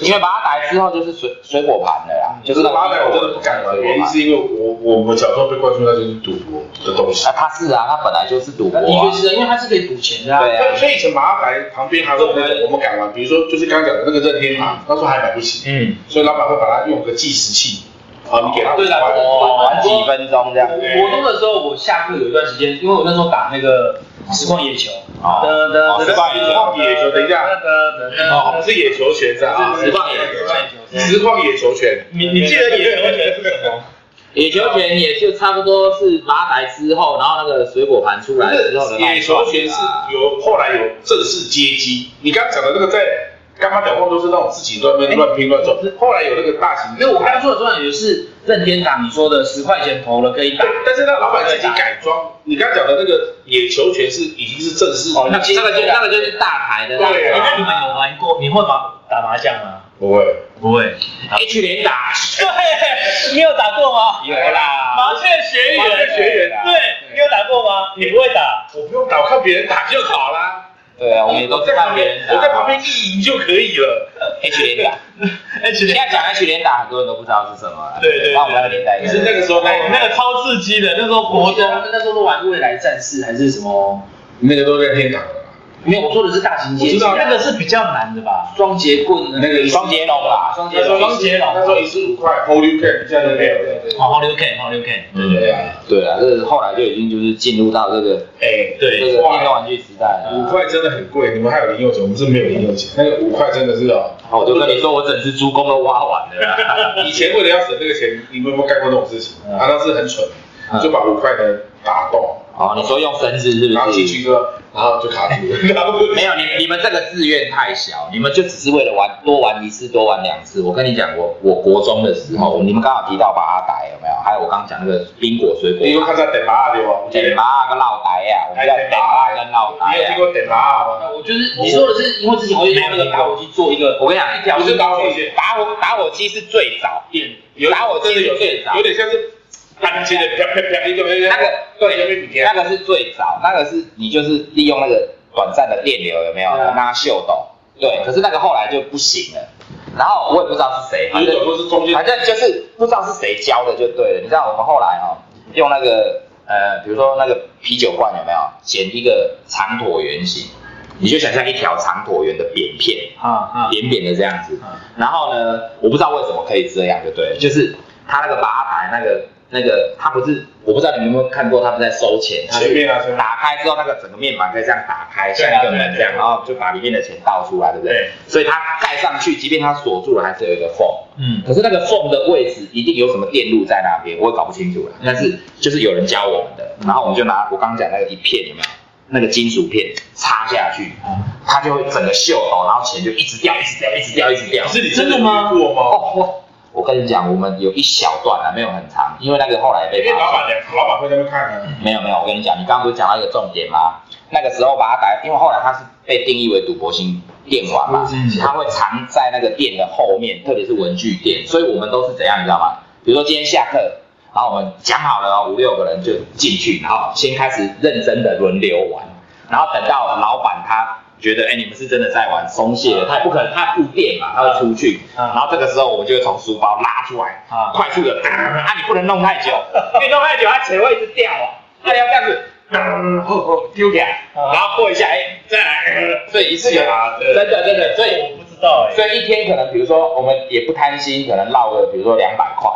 因为把它打之后就是水水果盘了啦，就是那个
八百，我真的不敢玩，原因是因为我我们小时候被灌输那就是赌博的东西
啊，。它是啊，它本来就是赌博
那
啊，
的确是啊，因为它是可以赌钱的啊。
对啊
所以以前马牌旁边还有那种我们敢玩，比如说就是刚刚讲的那个任天堂，那时候还买不起，
嗯，
所以老板会把它用个计时器，啊，你给他
对啦
玩
哦
玩几分钟这样。
我国中的时候，我下课有一段时间，因为我那时候打那个实况野球，
哦，
的的
哦，是棒野
啊
球，等一下，哦，是野球拳是啊，
实况野球，
实况野球拳，嗯
你哦你记得野球拳是什么？
野球拳也就差不多是把它打之后，然后那个水果盘出来之后的那
野
一段
球拳是
啊
有后来有正式接机，你刚讲的那个在干妈讲过都是那种自己乱乱乱拼乱撞，后来有那个大型，
因为我刚刚说的中场也是任天堂你说的十块钱投了可以打
对，，但是那老板自己改装，你刚讲的那个野球拳是已经是正式，
哦那个就那个就是大台的，
对啊
那你们有玩过？你会麻打麻将吗？
不会，
不会。
H 连打，
对，你有打过吗？
有啦，
麻雀学
麻雀
员，
学员啊，
对，你有打过吗？你不会打，
我不用打，我看别人打就好啦，
对啊，我们也都是
在
看
旁
别
边
人，打。
我在旁边意淫就可以 了。
H 连打，
H
现在讲 H 连打，很多人都不知道是什么了。
对对对
那我们那个年代应
可
该
是那个时候
我们哎那个超刺激的，那时候国
我记得他
中
们那时候都玩未来战士还是什么？
那个都在天堂了啦，
没有，我说的是大型街
我
机
知道
啊，
那个是比较难的吧？
双节棍啊的
那个
双截龙啦，
双节
那时候
棍，
双节那时候一十五块，Holy Can 现在都没有了。
哦，好六 K，好六 K，
嗯
对啊，
对啊，这是后来就已经就是进入到这个
哎，
这
对，
个电动玩具时代了
五
啊。
块真的很贵，你们还有零用钱，我们是没有零用钱。那个五块真的是哦，
好，我就跟你说，我整只猪公都挖完了啦。
以前为了要省这个钱，你们有没有干过这种事情？
嗯
啊，那是很蠢，
嗯
就把五块呢打洞，
哦，你说用绳子是
然
不
后进
是？
去之后，然后就卡住了，然后
没有，你你们这个志愿太小，你们就只是为了玩多玩一次，多玩两次。我跟你讲，我我国中的时候，你们刚好提到把它打有没有？还有我刚刚讲那个冰果水果
你，有看到等麻对吧？我觉得
点麻跟闹台呀，我们叫点麻跟啊
你
闹台
有
呀
听。过等麻吗？
我就是你说的是，因为之前我就用那个打火机做一个，
我跟你讲，
条
不是打火机，
打火打火机是最早，
点，
有
打火机
真的有
是最早
有，点像是焊接的，啪啪啪一个那
那个
对那边比天
那，个是最早，那个是你就是利用那个短暂的电流有没有
对啊
让它秀动？对，可是那个后来就不行了。然后我也不知道是谁，反
有
正
种都是中间
反正就是不知道是谁教的就对了。你知道我们后来哦，用那个呃，比如说那个啤酒罐有没有剪一个长椭圆形？你就想象一条长椭圆的扁片，
啊啊，
扁扁的这样子。然后呢，我不知道为什么可以这样，就对了，就是他那个吧台那个那个，他不是，我不知道你们有没有看过，他们在收钱，他
随
是
便啊随便啊。
打开之后那个整个面板可以这样打开，
对
像
啊
一个门这样，
对啊对啊
然后就把里面的钱倒出来，对不对？
对，
所以它盖上去，即便它锁住了，还是有一个缝。
嗯，
可是那个缝的位置一定有什么电路在那边，我也搞不清楚了。
嗯
但是就是有人教我们的，然后我们就拿我刚刚讲那个一片有没有？那个金属片插下去，它就会整个锈哦，然后钱就一直掉，一直掉，一直掉，一直掉
可。是你真的吗？
哦
过吗？，
我我跟你讲，我们有一小段啊，没有很长，因为那个后来
因
被
为哎老
发现。
板娘，老板会在那边看啊。
没有没有，我跟你讲，你刚刚不是讲到一个重点吗？那个时候把它打，因为后来它是被定义为赌博型电玩嘛，它会藏在那个店的后面，特别是文具店，所以我们都是怎样，你知道吗？比如说今天下课，然后我们讲好了哦，五六个人就进去，然后先开始认真的轮流玩，然后等到老板他。觉得哎、你们是真的在玩松懈了，他也不可能，他不店嘛，他会出去，
嗯
然后这个时候我们就会从书包拉出来，
啊
快速的，啊，你不能弄太久，因为弄太久它钱会一直掉啊，那你要这样子，嗯吼吼丢起来，
啊
然后过一下，哎，再来，呃所以一次有，
啊，
真的真的，所以
我不知道哎，
所以一天可能比如说我们也不贪心，可能落了比如说两百块，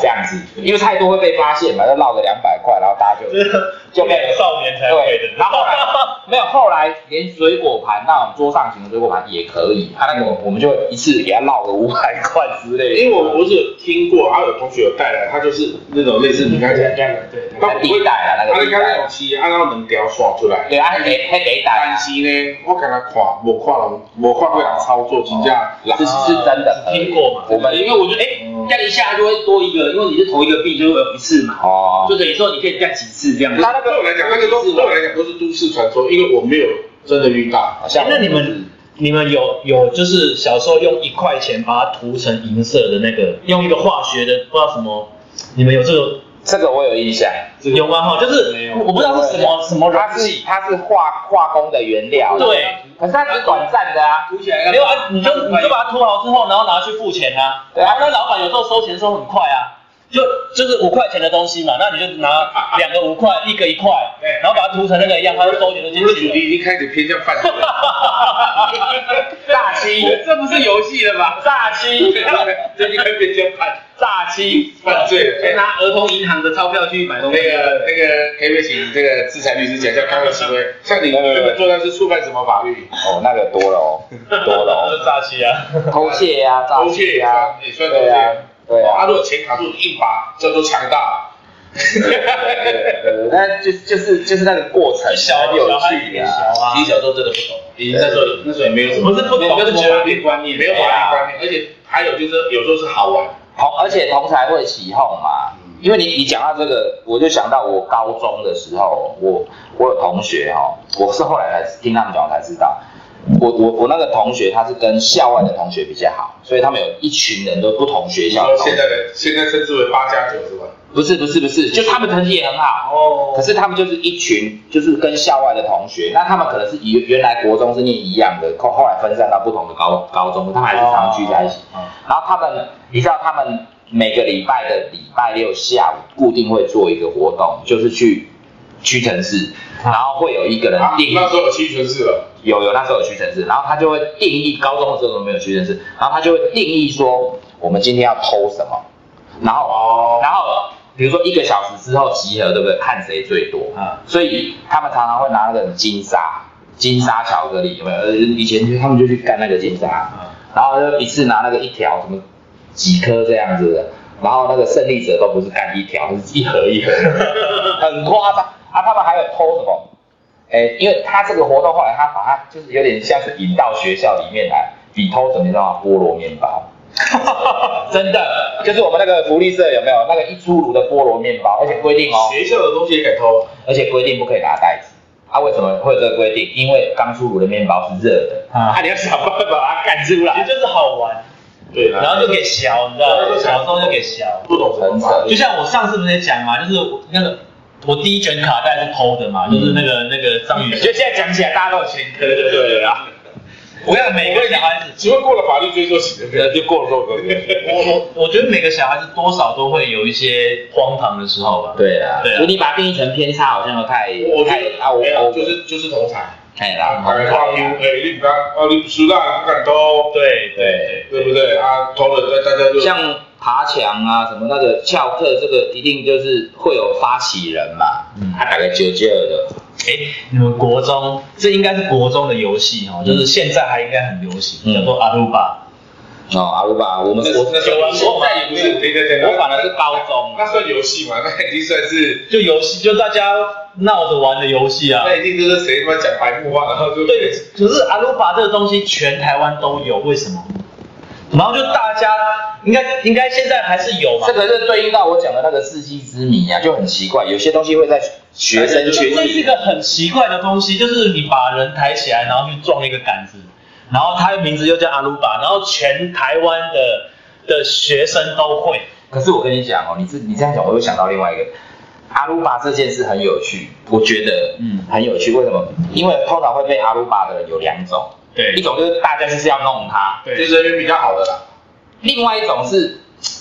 这样子，因为太多会被发现嘛，就落个两百块，然后大家就
这个
就被
少年才会
对
的，，
然后后 来没有，后来连水果盘那种桌上型的水果盘也可以，啊他那个我们就一次给他落个五百块之类的，
因为我我是有听过，然后有同学有带来，他就是那种类似你刚才
嗯
讲的，
对对
他
那
不
地
会
带啊那
他
个
你
地
刚才
带
有，吃，按照能条刷出来。
对啊，还得还得带啊
但，是呢，我跟他看，无看人，无看过人操作，真正
这是是真的，
听过嘛
我们
因为我觉得，哎，这样一下就会多一个，因为你是投一个币，就会有一次嘛，
哦，
就等于说你可以干几次这样子。
他那
对我
个啊
来讲，那个都对我来讲都是都市传说，因为我没有真的遇到。
好像嗯
哎那你们你们有有就是小时候用一块钱把它涂成银色的那个，用一个化学的不知道什么，你们有这个
这个我有印象，
有吗？哈，就是我不知道是什么什么容
它是
器，
它是化化工的原料，
对，
可是它只是短暂的啊，
涂起来
没有啊，你就你就把它涂好之后，然后拿去付钱啊。
对
然
啊
后那老板有时候收钱收很快啊，就就是五块钱的东西嘛，那你就拿两个五块，一个一块，然后把它涂成那个样，他就收钱就
我
进
们的
去
主
了。
题已经开始偏向犯罪了，
炸欺，
这不是游戏了吧？
炸欺，
这已经开始偏向犯
炸欺，
犯罪了。
可以拿儿童银行的钞票去买东
那
西。
个那个，可不可以请这个制裁律师讲一下刚刚的行为？像你这个做到是触犯什么法律？
哦，那个多了哦，多了哦，
炸欺啊！
偷窃啊，诈
偷窃
欺
也
啊
算，也算偷
对啊
窃。，
对啊
他，哦如果钱卡住一把，叫做强大。
呃那就就是就是那个过程
就小
很有
小孩
趣
也
啊
小。啊，
小时候真的不懂，
你那时候那时候也没有什么，
不是不懂
没有什么
就觉得
法律观念，没有法律观念，而且还有就是有时候是好玩。
同而且同才会起哄嘛，
嗯
因为你你讲到这个，我就想到我高中的时候，我我有同学哦，我是后来才听他们讲才知道，我我我那个同学他是跟校外的同学比较好，所以他们有一群人都不同学
你
校的
说
同
现
学，
在的现在称之为八加九是吧？
不是不是不是，就他们成绩也很好。
哦
可是他们就是一群，就是跟校外的同学，那他们可能是以原来国中是念一样的，后后来分散到不同的高高中，他们还是常聚在一起。
嗯
然后他们，你知道他们每个礼拜的礼拜六下午固定会做一个活动，就是去屈臣氏，然后会有一个人
嗯啊，
定义
那时候有七权是了，
有有那时候有屈臣氏，然后他就会定义高中的时候没有屈臣氏，然后他就会定义说我们今天要偷什么，然后、
哦
然后比如说一个小时之后集合，对不对？看谁最多
啊
所以他们常常会拿那个金沙金沙巧克力，有没有？呃，以前就他们就去干那个金沙，然后就一次拿那个一条什么几颗这样子的，然后那个胜利者都不是干一条，是一盒一盒，很夸张啊！他们还有偷什么？哎，因为他这个活动后来他把它就是有点像是引到学校里面来，比偷什么你知道吗？菠萝面包。真的，就是我们那个福利社有没有那个一出炉的菠萝面包，而且规定哦，
哎学校的东西也敢偷，
而且规定不可以拿袋子。啊，为什么会有这个规定？因为刚出炉的面包是热的，
啊
啊，你要想办法把它干出
其实
来。
就是好玩，
对啊
啊
然后就给小，你知道吗？小时候就给小，
不懂什么法律
就。像我上次不是也讲嘛，就是我那个我第一卷卡带是偷的嘛，就是那个那个章鱼
嗯就。现在讲起来，大家都有前科，对不对啊？
我跟你讲每个小孩子，
请问过了法律追溯期的人就过了过了。
我我我觉得每个小孩子多少都会有一些荒唐的时候吧。
对啊，
对啊
就你把它定义成偏差，好像又太
我觉
太
得
啊，我
没有，
我
就是就是同财。
太
啊，
啦，
大概话你哎，你不敢，啊，你不输啦，不敢偷，
对
对
对不对？啊，偷了，大大家就
像爬墙啊什么那个翘课，这个一定就是会有发起人嘛，他大概九九的，
哎，你们国中这应该是国中的游戏哦，就是现在还应该很流行，
嗯
叫做阿鲁巴。
哦，阿鲁巴，我们
那
我
那算
有
现在也不是，对对对，
我反而是高中，啊
那算游戏嘛？那已经算是，
就游戏，就大家闹着玩的游戏啊。
那一定就是谁他妈讲白目话，然后就
对，可是阿鲁巴这个东西全台湾都有，为什么？然后就大家应该应该现在还是有嘛
这。个是对应到我讲的那个世纪之谜啊，就很奇怪，有些东西会在学生
这
群
这是一
里，
个很奇怪的东西，就是你把人抬起来，然后去撞一个杆子，然后他的名字又叫阿鲁巴，然后全台湾的的学生都会。
可是我跟你讲哦，你这你这样讲，我又想到另外一个。阿鲁巴这件事很有趣，我觉得嗯很有趣，为什么？因为通常会被阿鲁巴的人有两种，
对
一种就是大家就是要弄他，
就是人缘比较好的啦。
另外一种是，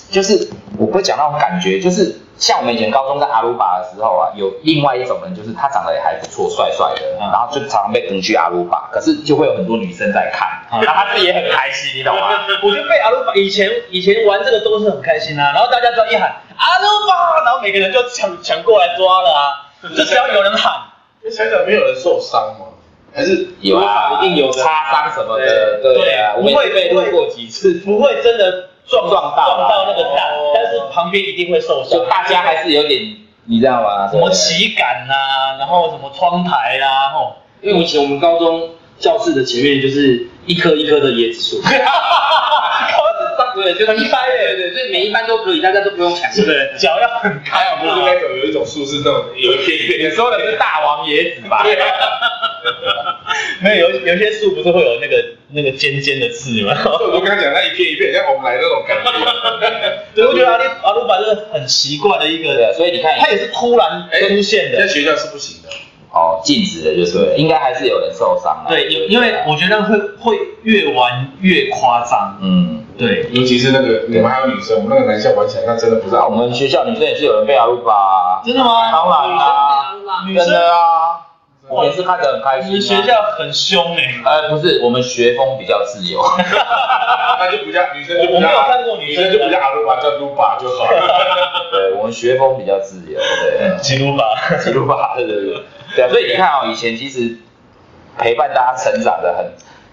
就是我会讲那种感觉，就是像我们以前高中在阿鲁巴的时候啊，有另外一种人，就是他长得也还不错，帅帅的，然后就常常被跟去阿鲁巴，可是就会有很多女生在看，然后他自己也很开心，你懂吗？
我就被阿鲁巴以前以前玩这个都是很开心啊，然后大家只要一喊阿鲁巴，然后每个人就抢抢过来抓了啊，就只要有人喊，
那想想没有人受伤吗？还 是
有啊，一定有擦伤什么的，对啊，我
对
们也被
不会
录过几次，
不会真的撞
撞到
撞到那个蛋
哦，
但是旁边一定会受伤
就。大家还是有点，你知道吗？
什么
对
旗杆呐、然后什么窗台啦、吼，
因为以前我们高中教室的前面就是一棵一棵的椰子 树，
对，就是一般
对对，所以每一班都可以，大家都不用抢。
是不是？脚要很开，
还有不是那种有一种树是那种有一片一片
你说的是大王椰子吧？
没有有有些树不是会有那个那个尖尖的刺吗？
我就跟他讲，那一片一片像红来那种感 觉。
对，我觉得阿里阿鲁巴是很奇怪的一
对
个，
啊，所以你看，
它也是突然出现
在
的。
学校是不行的，
哦，禁止的就是了，应该还是有人受伤啊
对，因因为我觉得会会越玩越夸张。
嗯，
对，
尤其是那个你们还有女生，我们那个男校玩起来，那真的不是
那
好
我
玩。
们学校女生也是有人被阿鲁吧？
真的吗？
当然啦，
女
真
生
的啊，
哇
我也是看得很开
你
心、啊。
们学校很凶哎、
呃，不是，我们学风比较自 由。
那就不叫女生就
我
不
没有
叫，
看过女
女
生
生就不叫阿鲁巴，叫鲁巴就好了。
对，我们学风比较自由， 对，
吉鲁巴。
记录吧，对对对，对啊，所以你看哦，以前其实陪伴大家成长的很，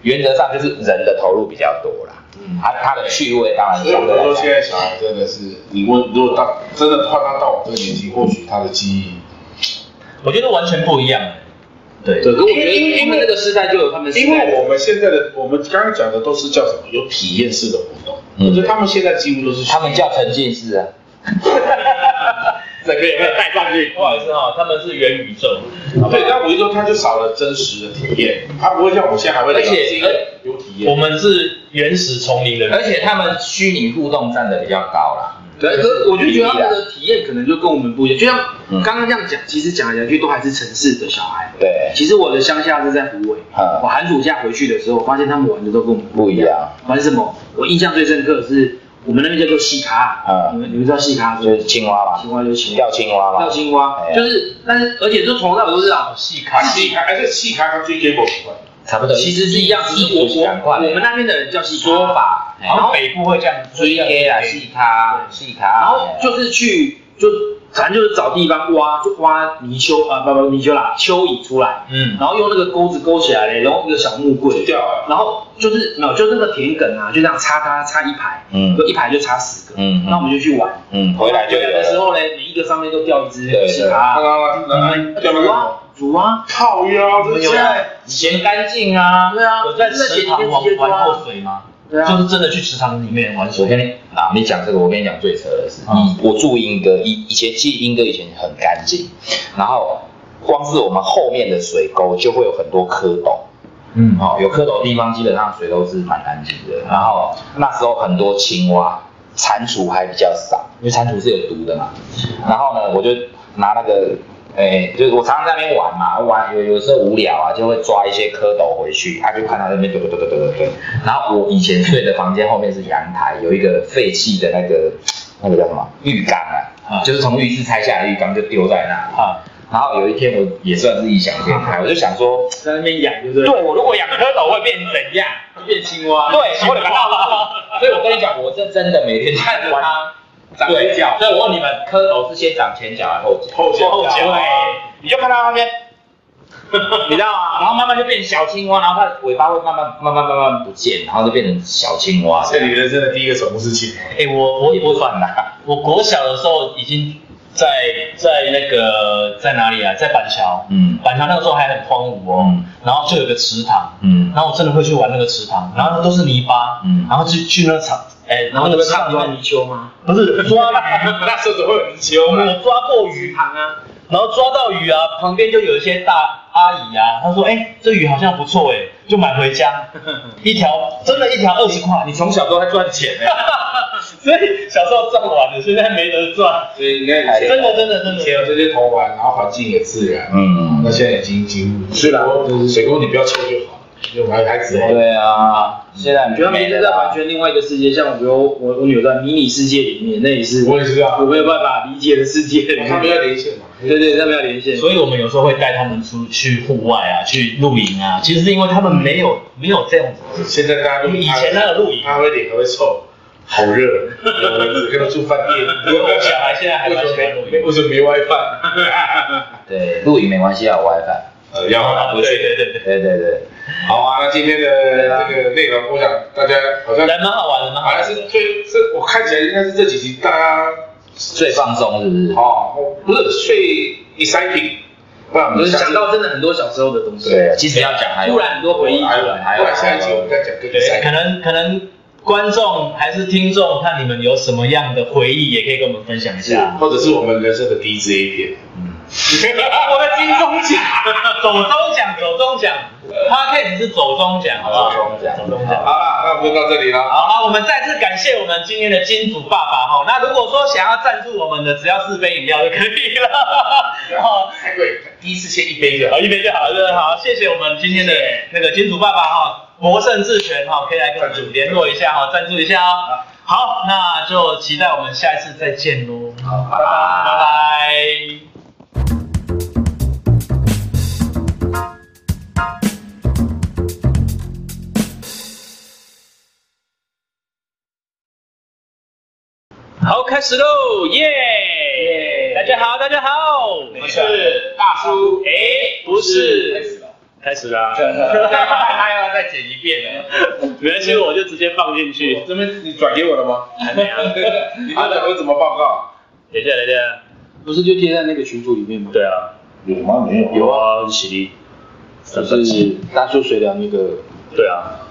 原则上就是人的投入比较多啦，嗯，他他的趣味当然
所以我
相对
们
来
说，
讲
现在小孩真的是，你问如果到真的换他到我这个年纪，或许他的记忆
我觉得完全不一样。对
对，可我觉得他们那个时代就有他们时
因
代
为
的
我们现在的我们刚刚讲的都是叫什么有体验式的活动，
嗯
我觉得他们现在几乎都是
他们叫沉浸式啊，
整个有没有带上去？不好意思哈、他们是元宇宙。
对，但我一说他就少了真实的体验，他不会像我现在还会
而且
聊天有体验
我。们是原始丛林的人，
而且他们虚拟互动占的比较高啦，
对，可我就觉得他们的体验可能就跟我们不一样，就
嗯
像刚刚这样讲，其实讲来讲去都还是城市的小孩。
对，
其实我的乡下是在湖尾，
啊
我寒暑假回去的时候，发现他们玩的都跟我们
不一样，
玩什么？我印象最深刻的是我们那边叫做戏咖，
啊
你们你们知道戏咖是不
就是是青蛙嘛，
青蛙就是青蛙
钓，青蛙嘛
钓，青蛙
哎呀
就是，但是而且就从头到尾都是啊，
细
他
看。
细看，而且细看他追 game 不快，
差不多，
其实是一样，只是我
一组赶
我
快
我们那边的人叫戏
说
咖，
法，哎
然后北部会这样
追 K 啦，
细
细咖，细咖，
然后就是去就反正就是找地方挖，就挖泥鳅啊，不不泥鳅啦，蚯蚓出来，
嗯，
然后用那个钩子钩起来嘞，然后一个小木棍
不，掉啊。
然后就是没有，就那个田埂啊，就这样插它插一排，
嗯
就一排就插十个，
嗯嗯
那我们就去玩，
嗯，回来就有
回来的时
了，
候嘞，每一个上面都掉一只
对
喜
啊
啊，
啦啦，掉那
煮
个
啊煮啊，
靠腰，这
对
现
啊
在
嫌干净啊。
对啊，
有在
就是
池
前几
塘
天直
玩
接抓
玩
啊
过水吗？
对啊
就是真的去池塘里面玩
我
水。
跟你啊，你讲这个，我跟你讲最扯的是，
嗯
以我住英歌，以以前记英歌以前很干净，然后光是我们后面的水沟就会有很多蝌蚪，
嗯
哦，有蝌蚪的地方基本上水都是蛮干净的。然后那时候很多青蛙，蟾蜍还比较少，因为蟾蜍是有毒的嘛。然后呢，我就拿那个，诶、就是我常常在那边玩嘛，玩有有时候无聊啊，就会抓一些蝌蚪回去，啊，就看到那边对对对对对对。然后我以前睡的房间后面是阳台，有一个废弃的那个那个叫什么浴缸啊，
啊
就是从浴室拆下来的浴缸就丢在那里。
啊，
然后有一天我也算是异想天开，我就想说。
在那边养，对不对？
对我如果养蝌蚪会变 怎样？
变青蛙，
对，我的个所以我跟你讲，我是真的每天看着它长脚。所以我问你们，蝌蚪是先长前脚还是后脚？
后脚后脚
对，
哎
你就看到它那 边，你知道吗？然后慢慢就变小青蛙，然后它的尾巴会慢慢慢慢慢慢不见，然后就变成小青蛙。
这里人生的第一个宠物事情，
哎，我我
我也不
我
算啦，
我国小的时候已经在在那个在哪里啊？在板桥。
嗯
板桥那个时候还很荒芜哦
嗯，
然后就有个池塘，
嗯
然后我真的会去玩那个池塘，然后那都是泥巴，
嗯
然后去去那个场，哎，
然后
那
那
个
个
池
上
塘里
抓
面
泥鳅吗？
不是抓鱼，
那时候怎么会有泥鳅
我
呢？
抓过鱼
鱼，塘啊，
然后抓到鱼啊，旁边就有一些大阿姨啊，她说：“哎、这鱼好像不错哎、就买回家，一条真的，一条二十 块。
你从小都在赚钱呢、”
所以小时候赚完了，现在没得赚，
所以你看以前
真的真的真
以前有
的。
这些头玩，然后环境也自然，
嗯
那现在已经进入水沟，水沟你不要抽就好。因为我们还还只能
对啊，现在
我觉得他们
没
现
了
在
啦
完全另外一个世界，像我比如我我女儿在迷你世界里面，那也是
我也是啊
我，没有办法理解的世界里
他们
面。
要连线嘛，
对对，他们要连线，
所以我们有时候会带他们出去户外啊，去露营啊。其实是因为他们没有没有这样子，
现在大家都
以前那个露营，
他会脸还会臭，好热，有蚊子，跟他住饭店，
小孩现在还
为
蛮
什么
喜欢露
没
营
为。什么没 WiFi？
对，露营没关系啊，有 WiFi。
呃，要
啊，
啊，
对对对对，
对对对，
好啊，那今天的这个内容，我想大家好像
人蛮好玩的，蛮好
好像
玩
是
的。
最这我看起来应该是这几集大家
最放松是不是？
哦，不是最 exciting，不然我
就
们
是
下
想
次，
到真的很多小时候的东西。
对，其实要讲还有
突然很多回忆出
还有
来。
还有
不然下一集我们再讲更
对，可
exciting。
能可能观众还是听众，看你们有什么样的回忆，也可以跟我们分享一下。
或者是我们人生的第一支 A 片，
我们金钟奖， 走中奖，走中奖 p o d c a s 是走中奖，好不好？
走中奖
走中
好
奖。
啦，那我们就到这里了。
好，那我们再次感谢我们今天的金主爸爸哈。那如果说想要赞助我们的，只要四杯饮料就可以了。 哦，
太贵，第一次先一杯就好。
好，一杯就好了。好，谢谢我们今天的那个金主爸爸哈，博胜智权哈，可以来跟我们联络一下哈，赞助一下哦。好，那就期待我们下一次再见喽。好，拜拜，拜拜。好，开始喽，耶、大家好，大家好，我是大叔，哎、不是，开始啦，
他要再剪一遍了。
没关系，我就直接放进去，
这边你转给我了吗？
还没啊，
你刚才我怎么报告？
等一下，等一下，
不是就贴在那个群组里面吗？
对啊，
有
哦
吗？没有。
有啊，喜力，
就是大叔水疗那个
对啊，